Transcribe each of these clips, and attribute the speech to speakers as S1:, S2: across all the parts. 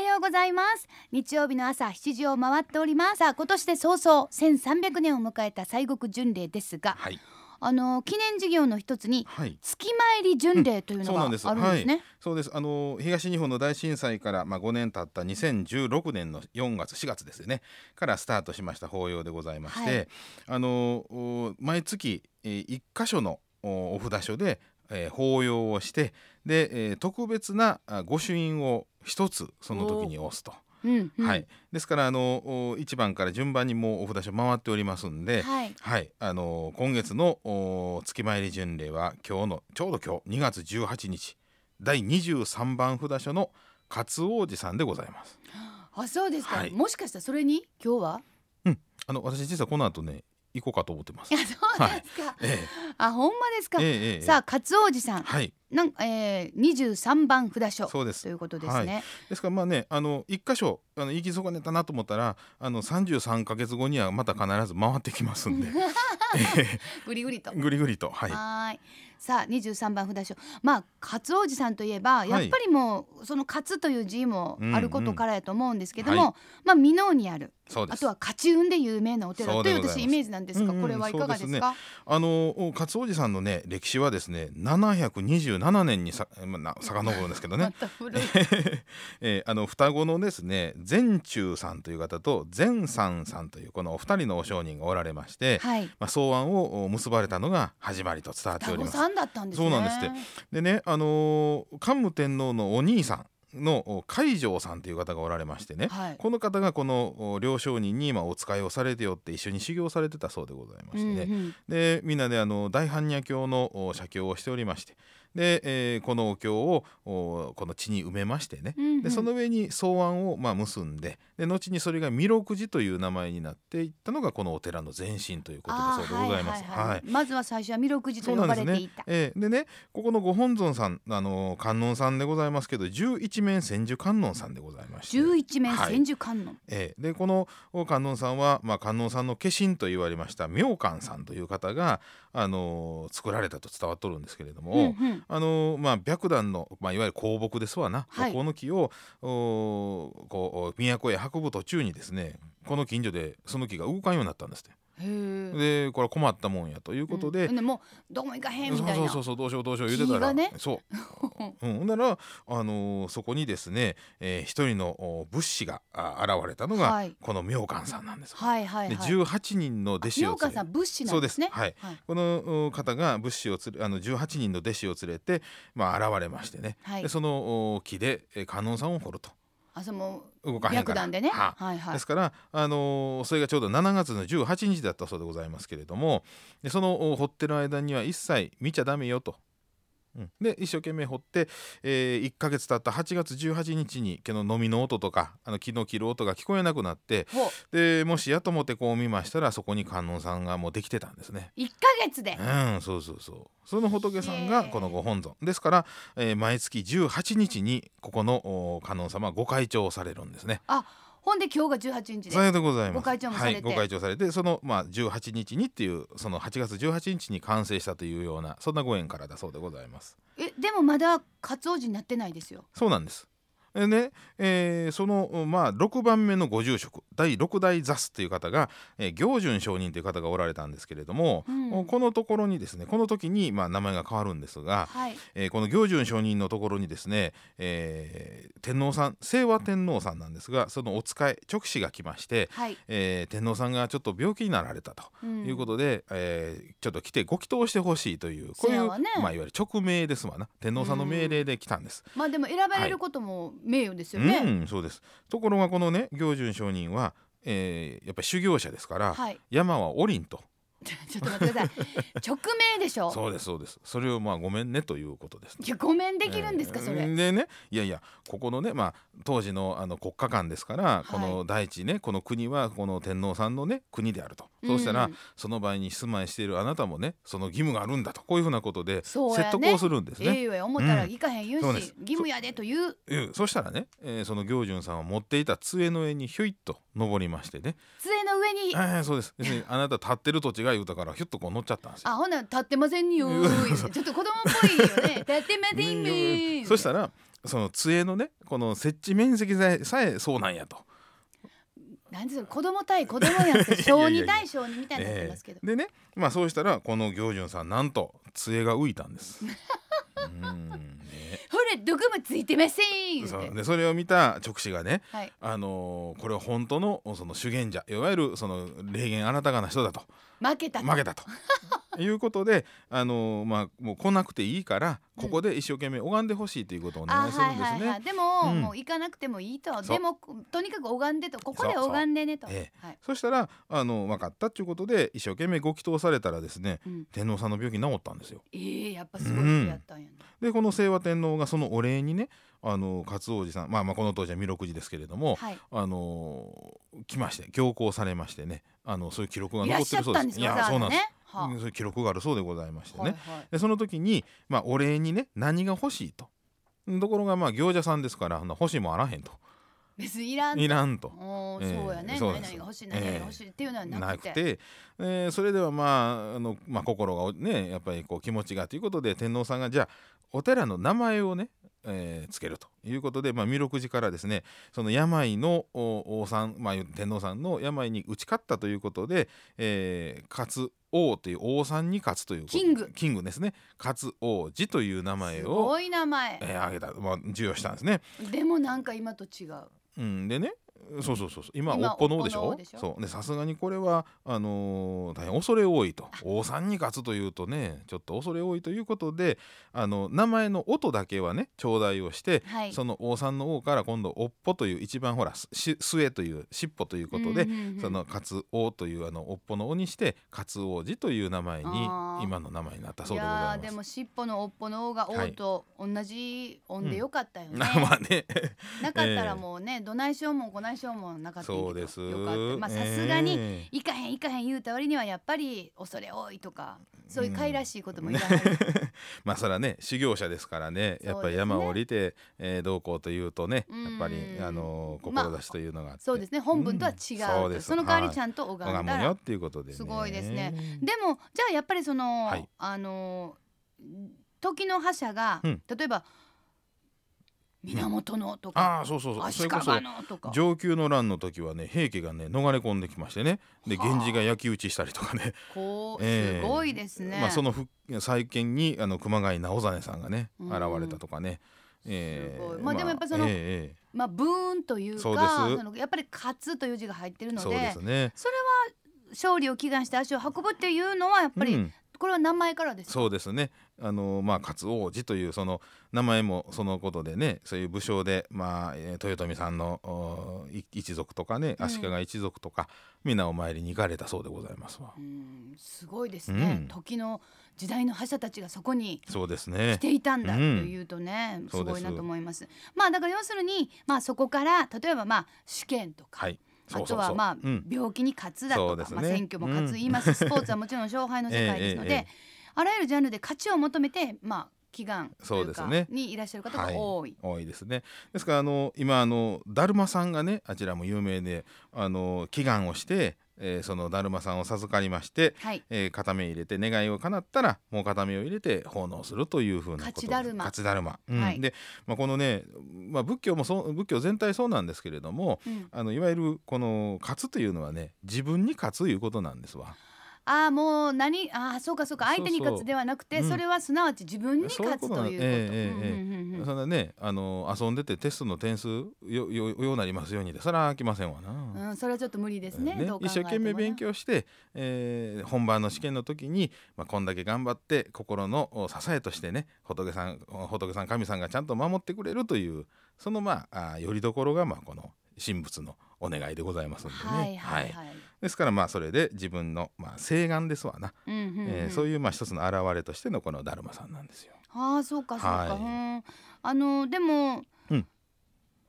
S1: ようございます日曜日の朝7時を回っておりますさあ今年で早々1300年を迎えた西国巡礼ですが、
S2: はい
S1: あの記念事業の一つに
S2: はい
S1: 月参り巡礼というの
S2: そう
S1: がある
S2: な
S1: ん
S2: ん
S1: で
S2: です
S1: すね、
S2: はいそうですあの東日本の大震災からまあ5年経った2016年の4月4月ですよねからスタートしました法要でございまして、
S1: はい
S2: あのお毎月、えー、1箇所のおお札所で、えー、法要をしてで、えー、特別なあ御朱印を一つその時に押すと、
S1: うんうん
S2: はい、ですからあのお一番から順番にもうお札所回っておりますんで、
S1: はい
S2: はい、あのー今月のおー月参り巡礼は今日のちょうど今日2月18日第23番札所の勝王子さんでございます。
S1: あそうですか、
S2: はい
S1: もしかしたらそれに今日は
S2: あの私実はこの後ね行こうかと思ってます
S1: い。やそうですか、
S2: え
S1: あほんまです
S2: え
S1: か、
S2: ええええ
S1: さあ勝王子さん
S2: はい、
S1: なんえー、23番札所
S2: そうです
S1: とい。うことですね、
S2: ですからまあねあの一箇所あの行き損ねたなと思ったらあの33ヶ月後にはまた必ず回ってきま すんで
S1: ぐりぐりと
S2: ぐりぐりとはい。
S1: はーい。さあ、二十三番札所。まあ、勝王子さんといえば、
S2: い
S1: やっぱりもう、その勝という字もあるこ
S2: うんう
S1: と
S2: ん
S1: からやと思うんですけども。
S2: は
S1: まあ、箕面にある、
S2: そうです。
S1: あとは勝ち運で有名なお寺
S2: そう
S1: と
S2: で
S1: い
S2: ご
S1: う
S2: ざいます
S1: 私イメージなんですが、
S2: うんうん
S1: これはいかがですか。
S2: あの勝王子さんのね歴史はですね727年にさ、まあな、遡るんですけどね
S1: また古い。
S2: えーあの双子のですね善中さんという方と善さんさんというこのお二人のお商人がおられまして、
S1: はい。
S2: まあ、草案をお結ばれたのが始まりと伝わって
S1: 双
S2: おり
S1: 子
S2: ます
S1: さ。んだったんですね。
S2: そうなんです
S1: っ
S2: でねあのー桓武天皇のお兄さんのお海上さんという方がおられましてね、
S1: はい。
S2: この方がこのお両商人に今お使いをされてよって一緒に修行されてたそうでございましてね、
S1: うんうん
S2: でみんなであの大般若経のお写経をしておりましてで、えーこのお経をおこの地に埋めましてね、
S1: うんうん
S2: でその上に草案をまあ結んでで後にそれが弥勒寺という名前になっていったのがこのお寺の前身ということ
S1: あ
S2: だ
S1: ー
S2: そうでございます。
S1: はは
S2: はい
S1: まずは最初は弥勒寺
S2: そ
S1: と
S2: う
S1: 呼
S2: なん
S1: ば
S2: で
S1: れて
S2: すね
S1: いた。。
S2: ええでね、ここのご本尊さん、あの観音さんでございますけど、十一面千手観音さんでございまして。
S1: 十一面
S2: はい
S1: 千手観音。
S2: ええでこのお観音さんは、まあ、観音さんの化身と言われました妙観さんという方が、あの作られたと伝わっとるんですけれども、
S1: うんうん
S2: あのまあ、白檀の、まあ、いわゆる香木ですわな、
S1: はい
S2: この木をおこう都へ運ぶ途中にですねこの近所でその木が動かんようになったんですって。
S1: へえ。
S2: でこれは困ったもんやということで、
S1: うんもうどうもいかへんみ
S2: そう
S1: たいな。
S2: そうそうそうどうしようどうしよう言うてたら
S1: 気がね
S2: そううんほんならあのーそこにですね、えー一人のお物資があ現れたのが、
S1: はい
S2: この妙観さんなんです、
S1: はいはいはい。
S2: で18人の弟子
S1: あ明
S2: を連
S1: 花
S2: れ
S1: さん物資なんですね。
S2: そうです
S1: はい。
S2: このお方が物資を連れあの18人の弟子を連れて、まあ、現れましてね、
S1: はい
S2: でそのお木でえー観音さんを掘ると
S1: あ、その
S2: 動かへん
S1: 白
S2: から
S1: 檀でね。
S2: はあ
S1: はいはい
S2: です。から、あのーそれがちょうど7月の18日だったそうでございますけれどもでそのお掘ってる間には一切見ちゃダメよと。うんで一生懸命掘って、え1ヶ月経った8月18日に毛の飲みの音とかあの木の切る音が聞こえなくなって
S1: ほう、
S2: でもしやと思ってこう見ましたらそこに観音さんがもうできてたんですね。
S1: 一ヶ月で。
S2: うん、そうそうそう。その仏さんがこのご本尊ですから、えー毎月18日にここのお観音様はご開帳をされるんですね。
S1: ほんで今日が十八日
S2: さ
S1: で。
S2: ようでございます。
S1: ご開帳もされて
S2: はい、ご開帳されて、そのまあ18日にっていうその8月18日に完成したというようなそんなご縁からだそうでございます。
S1: え、でもまだ活王子になってないですよ。
S2: そうなんです。でね、えーそのまあ6番目のご住職第六代座主という方が、えー行順上人という方がおられたんですけれども、
S1: うん
S2: このところにですね、この時にまあ名前が変わるんですが、
S1: はい。
S2: えーこの行順上人のところにですね、えー天皇さん清和天皇さんなんですがそのお使い直使が来まして、
S1: はい。
S2: えー天皇さんがちょっと病気になられたと
S1: うん
S2: いうことで、えーちょっと来てご祈祷してほしいというこうい
S1: せや
S2: う、
S1: わね
S2: まあ、いわゆる直命ですわな天皇さんの命令で来たんです。
S1: まあでも選ばれることも名誉です
S2: う
S1: よ
S2: ん、
S1: ね。
S2: そうですところがこのね行順上人は、えーやっぱり修行者ですから、
S1: はい。
S2: 山はおりんと
S1: ちょっと待ってください。直名でしょ。
S2: そうですそうですそれをまあごめんねということです。
S1: いや、ごめんできるんですか、
S2: えー
S1: それ。
S2: でねいやいやここのね、まあ、当時のあの国家間ですから、
S1: い
S2: この大地ねこの国はこの天皇さんのね国であると、そうしたら
S1: ん。
S2: その場合に住まいしているあなたもねその義務があるんだとこういうふうなことで説
S1: そうやね
S2: 得をするんですね。
S1: ええよ、思ったら行かへん言
S2: そうう
S1: し
S2: です、
S1: 義務やでという
S2: ええそしたらね、えーその行順さんは持っていた杖の上にひょいっと登りましてね
S1: 杖の上
S2: 「
S1: に。
S2: ええそうです要 するにあなた立ってる土地が」言うたからひょっとこう乗っちゃったんですよ。
S1: あ、ほ な、立ってませんよ。ちょっと子供っぽいよね。立ってません
S2: うん
S1: よ。
S2: そしたらその杖のねこの設置面積さえそうなんやと。
S1: なんですか子供対子供やんって小児対小児みたいになってますけど
S2: え、えでねまあそうしたらこの行順さんなんと杖が浮いた んです。うんね
S1: ほれどこもついてません言うて
S2: そうでそれを見た直視がね
S1: はい
S2: あのーこれは本当のその修験者いわゆるその霊言あなたがな人だと
S1: 負けたと
S2: 負けたということで、あのーまあ、もう来なくていいからここで一生懸命拝んでほしいということをお願
S1: あ
S2: いする
S1: はい
S2: んです
S1: はいは
S2: ね。
S1: いでも、
S2: うん
S1: もう行かなくてもいいと
S2: そう
S1: でもことにかく拝んでとここで
S2: そうそう
S1: 拝んでねと
S2: え
S1: はい
S2: そしたらあの分かったということで一生懸命ご祈祷されたらですね、
S1: うん
S2: 天皇さんの病気治ったんですよ。
S1: ええやっぱすごい人やったんやな、
S2: でこの清和天皇がそのお礼にねあの勝王子さん、まあ、まあこの当時は弥勒寺ですけれども、
S1: はい
S2: あの来まして行幸されましてねあのそういう記録が
S1: いら
S2: 残
S1: っ
S2: っ
S1: してゃ
S2: る
S1: っ
S2: そう
S1: たん
S2: で。
S1: ですす
S2: い
S1: か
S2: やそうなんです。
S1: ねはあ
S2: うんそういう記録があるそうでございましてね、
S1: はいはい
S2: でその時に、まあ、お礼にね何が欲しいとところがまあ行者さんですからあんな欲しいもんあらへんと
S1: 別にいらん
S2: いらんと
S1: お
S2: え
S1: ー
S2: え
S1: そうやね、
S2: そう
S1: 何
S2: です
S1: 々が欲しい何々が欲しいっていうのはな
S2: な
S1: く
S2: く
S1: て
S2: て、えーそれではまああの、まあ、心がねやっぱりこう気持ちがということで天皇さんがじゃあお寺の名前をね、えーつけるということで、まあ、弥勒寺からですねその病のお王さん、まあ、天皇さんの病に打ち勝ったということで、えー勝王という王さんに勝つということ
S1: キング
S2: キングですね勝王子という名前
S1: す
S2: を、
S1: ごい名前、
S2: えー挙げた、まあ、授与したんですね。
S1: でもなんか今と違う
S2: うん、でねそうそうそうそう今
S1: 今
S2: おっぽの王でし
S1: おっぽの
S2: ょ
S1: 王でしょ
S2: そうねさすがにこれはあのー大変恐れ多いと王さんに勝つというとねちょっと恐れ多いということであの名前の音だけはね頂戴をして、
S1: はい
S2: その王さんの王から今度おっぽという一番ほらすし末という尻尾ということで、
S1: うんうんうん
S2: その勝王というあのおっぽの王にして勝王子という名前に
S1: あー
S2: 今の名前になった
S1: い
S2: そうでござい
S1: や
S2: ます。
S1: ーでも尻尾の尾っぽの尾が
S2: は
S1: 尾
S2: い
S1: と同じ音でよかったよね、
S2: まあね
S1: なかったらもうね、どないしようもこないしようもなかったんやけど
S2: そうです
S1: よかったまあさすがに、
S2: ええ
S1: いかへんいかへん言うた割にはやっぱり恐れ多いとかそういうかいらしいことも言わない、
S2: まあそれはね修行者ですからねやっぱり山を降りて、えーどうこうというとねやっぱり
S1: うん
S2: あのー
S1: まあ
S2: 志というのがあって、
S1: そうですね本文とは違う,、
S2: うんそうです
S1: の代わりち
S2: ん
S1: ゃんと
S2: と
S1: 拝
S2: 拝
S1: んだ
S2: む
S1: ら、
S2: よっていうことで、ね、
S1: すごいですね
S2: で
S1: でもじゃあやっぱりその、
S2: はい
S1: あの時の覇者が、
S2: うん
S1: 例えば源のとか、
S2: ああそうそうそうそ
S1: 足
S2: れ
S1: 利
S2: こそ
S1: のとか
S2: 上級の乱の時はね平家がね逃れ込んできましてねで
S1: はあ
S2: 源氏が焼き討ちしたりとかね
S1: こう
S2: え
S1: す
S2: え
S1: ごいですね。
S2: まあその復再建にあの熊谷直実さんがね
S1: うん
S2: 現れたとかね。え
S1: すごい
S2: ー
S1: まあでもやっぱその
S2: えええ
S1: まあブーンというか
S2: そうです
S1: そのやっぱり「勝つ」という字が入ってる
S2: え
S1: の
S2: そう
S1: で
S2: ですね。
S1: 勝利を祈願して足を運ぶっていうのはやっぱり、
S2: うん
S1: これは名前からですか
S2: そうですね。あのまあ勝王子というその名前もそのことでね、そういう武将でまあえー豊臣さんのおい一族とかね、
S1: うん
S2: 足利一族とか皆お参りに行かれたそうでございますわ。
S1: うんすごいですね、
S2: うん
S1: 時の時代の覇者たちがそこに
S2: そうです
S1: 来
S2: ね。
S1: ていたんだ
S2: う
S1: と
S2: ん
S1: いうとね、す
S2: そうで
S1: ご
S2: す
S1: いなと思います。まあだから要するに、まあそこから例えばまあ試験とか、
S2: はい。
S1: あ
S2: そうそ
S1: と
S2: うそう
S1: はまあ
S2: うん、
S1: 病気に勝つだ
S2: そ
S1: と
S2: う
S1: か
S2: で、すね
S1: まあ選挙も勝つ言います、スポーツはもちろん勝敗の世界ですの
S2: えええ
S1: で、あらゆるジャンルで勝ちを求めてまあ祈願という
S2: そ
S1: か
S2: うですね
S1: にいらっしゃる方が多い。
S2: 多いですね。ですからあの今あのだるまさんがね、あちらも有名であの祈願をして、えーそのだるまさんを授かりまして。
S1: はい。
S2: えー片目入れて願いを叶ったらもう片目を入れて奉納するというふうなこ
S1: 勝
S2: と
S1: ちだるま
S2: 勝ちだるま、うん
S1: はい
S2: で、まあ、このね、まあ、仏教もそう仏教全体そうなんですけれども
S1: うん、
S2: あのいわゆるこの勝つというのはね自分に勝ついうことなんですわ。
S1: ああもう何ああそうかそうか
S2: そ
S1: 相
S2: うそう
S1: 手に勝つではなくて
S2: うん
S1: それはすなわち自分に
S2: そういう
S1: 勝
S2: こ
S1: つ
S2: と
S1: と
S2: なの
S1: いう
S2: え
S1: こと
S2: えええ
S1: うんうんうんうん
S2: そんなねあの遊んでてテストの点数よよようなりますようにでそらあきませんわな。
S1: うん、それはちょっと無理ですね。
S2: ね
S1: どう考え
S2: 一
S1: て
S2: 生
S1: もな
S2: 懸命勉。強して、えー本番の試験の時に、まあ、こんだけ頑張って心のお支えとしてね仏さんお仏さん神さんがちゃんと守ってくれるというそのまああよりどころが、まあ、この神仏のお願いでございますんでね、
S1: はいはいはい。
S2: ですからまあそれで自分の、まあ、請願ですわな、
S1: うんうんうん
S2: えーそういうまあ一つの表れとしてのこのだるまさんなんですよ。
S1: ああそうかそうか。
S2: はい
S1: うんあのでも、
S2: うん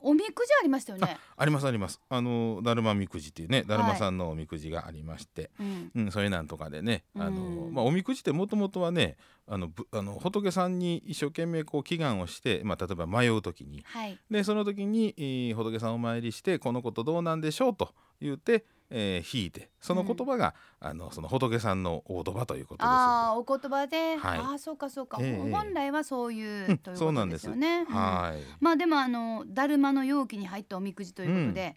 S1: おみくじありましたよね。
S2: ありますあります。あのだるまみくじっていうねだるまさんのおみくじがありまして、
S1: うん、
S2: うん、それなんとかでね、あの
S1: うん
S2: まあ、おみくじってもともとはねあのぶあの仏さんに一生懸命こう祈願をして、まあ、例えば迷う時に
S1: はい。
S2: でその時に、えー仏さんをお参りしてこのことどうなんでしょうと言って、えー引いてその言葉が、あのその仏さんのお言葉ということです。
S1: ああお言葉で、
S2: はい
S1: ああそうかそうか、
S2: ええ
S1: 本来はそういう、
S2: うん
S1: ということですよね。うん
S2: はい、
S1: まあでもあのだるまの容器に入ったおみくじということで、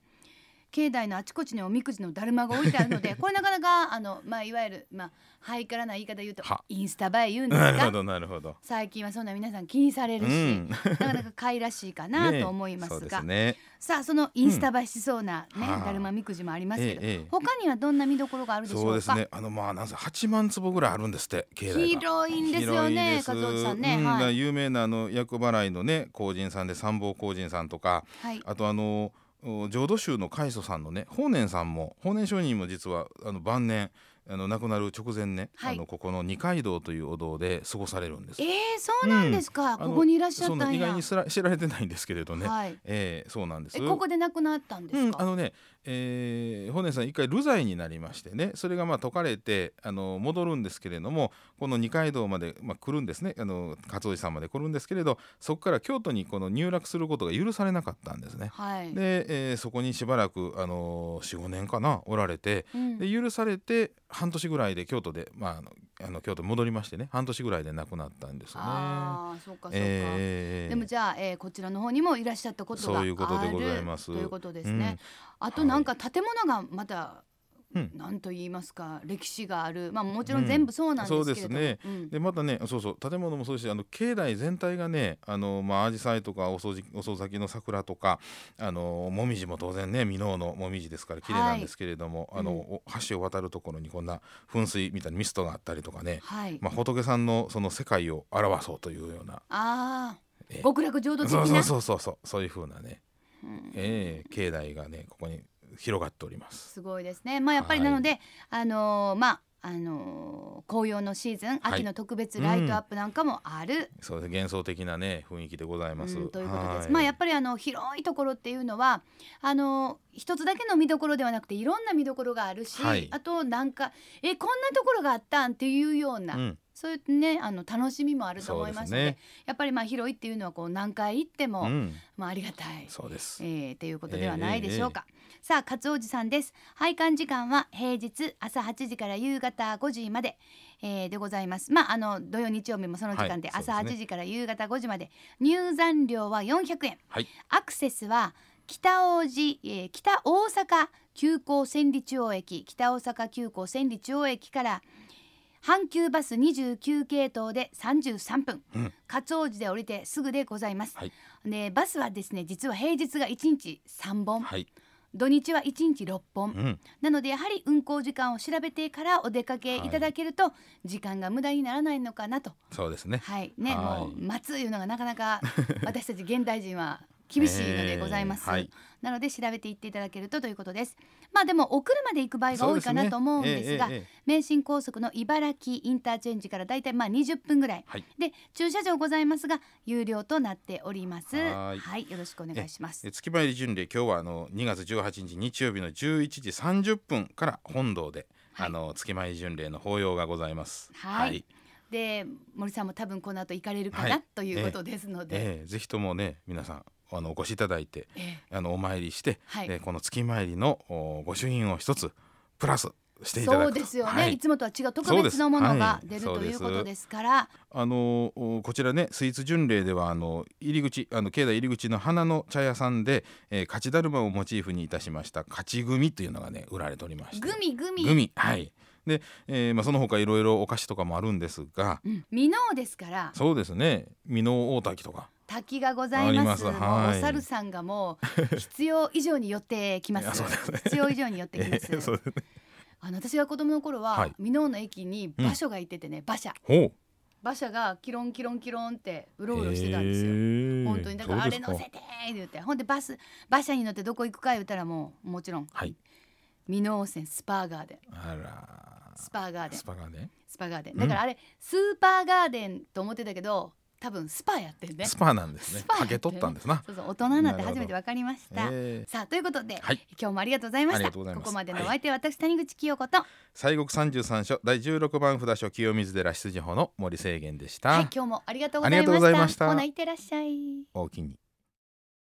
S1: 境内のあちこちにおみくじのだるまが置いてある のでこれなかなかあのまあいわゆるまあハイカラな言い方で言うと
S2: は
S1: インスタ映え言うんです
S2: なるほ
S1: が
S2: どなるほど。
S1: 最近はそんな皆さん気にされるし、
S2: うん
S1: なかなか可愛らしいかな
S2: ねえ
S1: と思いま
S2: そう
S1: す
S2: で
S1: が、
S2: す ね。
S1: さあそのインスタ映えしそうなね、
S2: はあ
S1: だるまみくじもありますけど、
S2: ええええ
S1: 他にはどんな見どころがあるでしょうか
S2: そうですね。あのまあなんせ八万坪ぐらいあるんですって境内が。
S1: 広いんですよね
S2: 広いです
S1: 和夫さんね
S2: う
S1: はい
S2: だから有名なあの厄払いのね工人さんで三宝工人さんとか、
S1: はい
S2: あとあのお浄土宗の開祖さんのね法然さんも法然上人も実はあの晩年あの亡くなる直前ね、
S1: はい
S2: あのここの二階堂というお堂で過ごされるんです。
S1: ええそうなんですか、
S2: あの
S1: ここにいらっしゃ
S2: そ
S1: っ
S2: ん
S1: た
S2: なん意
S1: や
S2: 外にすら知られてないんですけれどね。
S1: はい
S2: ええそうなんです。
S1: えここで亡くなったんで
S2: う
S1: す
S2: ん、
S1: か、
S2: あのね、えー、骨さん一回流罪になりましてねそれがまあ解かれてあの戻るんですけれどもこの二階堂まで、まあ、来るんですねあの勝さんまで来るんですけれどそこから京都にこの入落することが許されなかったんですね。
S1: はい
S2: で、えーそこにしばらく、あのー、45年かなおられて
S1: うん
S2: で許されて半年ぐらいで京都で、まあ、あのあの京都に戻りましてね半年ぐらいで亡くなったんですよね。
S1: ああそうかそうか、
S2: えー
S1: でもじゃあ、えー、こちらの方にもいらっしゃったことがあ
S2: そう
S1: る
S2: いうことでございます
S1: ということですね、あと
S2: はい
S1: なんか建物がまた、
S2: うん
S1: なんと言いますか歴史があるまあもちろん全部そうなんですけれども、
S2: うんそうです
S1: うん
S2: でまたねそうそう建物もそうですしあの境内全体がねあの、まあ紫陽花とか遅咲き遅咲きの桜とかあのもみじも当然ね箕面のもみじですから綺麗なんですけれども、
S1: はい
S2: あの
S1: うん
S2: お橋を渡るところにこんな噴水みたいなミストがあったりとかね、
S1: はい、
S2: まあ、仏さんのその世界を表そうというような
S1: ああ
S2: えー
S1: 極楽浄土的
S2: そうそ
S1: な
S2: うそうそうそうそういう風なね、
S1: うん
S2: えー境内がねここに広がっております。
S1: すごいですね。まあやっぱり
S2: はい
S1: なので、あのーまああのー紅葉のシーズン、
S2: い
S1: 秋の特別ライトアップなんかもある。
S2: そうです幻想的なね雰囲気でございます。
S1: うんということです。
S2: はい
S1: まあやっぱりあの広いところっていうのはあの一つだけの見どころではなくていろんな見どころがあるし、
S2: はい
S1: あとなんかえこんなところがあったんっていうような、
S2: うん
S1: そういうねあの楽しみもあると思いますので
S2: そうですね
S1: やっぱりまあ広いっていうのはこう何回行っても、
S2: うん、
S1: まあありがたい。
S2: そうです。
S1: えー、ということではないでしょうか、さあ勝おじさんです拝観時間は平日朝8時から夕方5時まで、えーでございますまああの土曜日曜日もその時間で
S2: はい
S1: 朝
S2: そうですね
S1: 8時から夕方5時まで,、入山料は400円
S2: はい
S1: アクセスは北大路、えー北大阪急行千里中央駅北大阪急行千里中央駅から阪急バス29系統で33分、
S2: うん
S1: 勝王寺で降りてすぐでございます、
S2: はい
S1: でバスはですね実は平日が1日3本、
S2: はい、
S1: 土日は1日6本、
S2: うん、
S1: なのでやはり運行時間を調べてからお出かけいただけると時間が無駄にならないのかなと
S2: そうですね。
S1: はいね、
S2: はい
S1: もう待ついうのがなかな か私たち現代人は厳しいのでございます、
S2: えーはい
S1: なので調べていっていただけるとということですまあでもお車で行く場合が多いかなと思うんですが
S2: そうですねえええええ
S1: 名神高速の茨城インターチェンジからだいたいまあ20分ぐらい、
S2: はい
S1: で駐車場ございますが有料となっております
S2: はーい
S1: よろしくお願いしま
S2: え
S1: す
S2: え月参り巡礼今日はあの2月18日日曜日の11時30分から本堂で、
S1: はい
S2: あの月参り巡礼の法要がございます。
S1: はいで森さんも多分この後行かれるかな、
S2: はい
S1: ということですので、
S2: ええぜひともね皆さんあのお越しいただいて
S1: ええ
S2: あのお参りして、
S1: はい
S2: でこの月参りのおご朱印を一つプラスしていただ
S1: そ
S2: くと
S1: うですよね、、
S2: はいい
S1: つもとは違う特
S2: そうで
S1: 別
S2: す
S1: のものが
S2: はい
S1: 出る
S2: そう
S1: と
S2: です
S1: いうことですから
S2: あのおこちらねスイーツ巡礼ではあの入り口あの境内入り口の花の茶屋さんで、えー、勝ちだるまをモチーフにいたしました勝ち組というのがね売られておりまして
S1: グミグミ
S2: グミはいで、えーまあ、その他いろいろお菓子とかもあるんですが
S1: うんミノーですから
S2: そうですね箕面大滝とか
S1: 滝がございます
S2: あります
S1: もう
S2: はい
S1: お猿さんがもう必要以上に寄ってきま
S2: いや
S1: す
S2: そうですね
S1: 必要以上に寄ってきま
S2: えー
S1: す
S2: そうですね
S1: あの私が子供の頃は、
S2: はい
S1: ミノーの駅に馬車がいててね馬車
S2: ほう
S1: 馬車がキロンキロンキロンってうろうろしてたんですよ、本当にだからあれ乗せて
S2: て
S1: って言ってほんでバス馬車に乗ってどこ行くか言ったらもうもちろん
S2: はい
S1: 箕面温泉スパーガーデン
S2: あら
S1: スパーガーデン
S2: スパがね
S1: スパガーデン
S2: うん
S1: だからあれ、スーパーガーデンと思ってたけど多分スパやってるね
S2: スパなんですね
S1: スパや
S2: かけ取ったんですな
S1: そうそう大人になって初めて分かりました、
S2: えー
S1: さあということで、
S2: はい
S1: 今日もありがとうございまし
S2: あり
S1: た
S2: がとうございます
S1: ここまでのお相手は私、谷口清子と、
S2: 西国三十三所第十六番札所清水寺出自法の森清源でした、
S1: はい、今日もありがとうござ
S2: あ
S1: い
S2: りがとう
S1: まし
S2: ござい
S1: た
S2: ました
S1: ほないってらっしゃい
S2: おおきに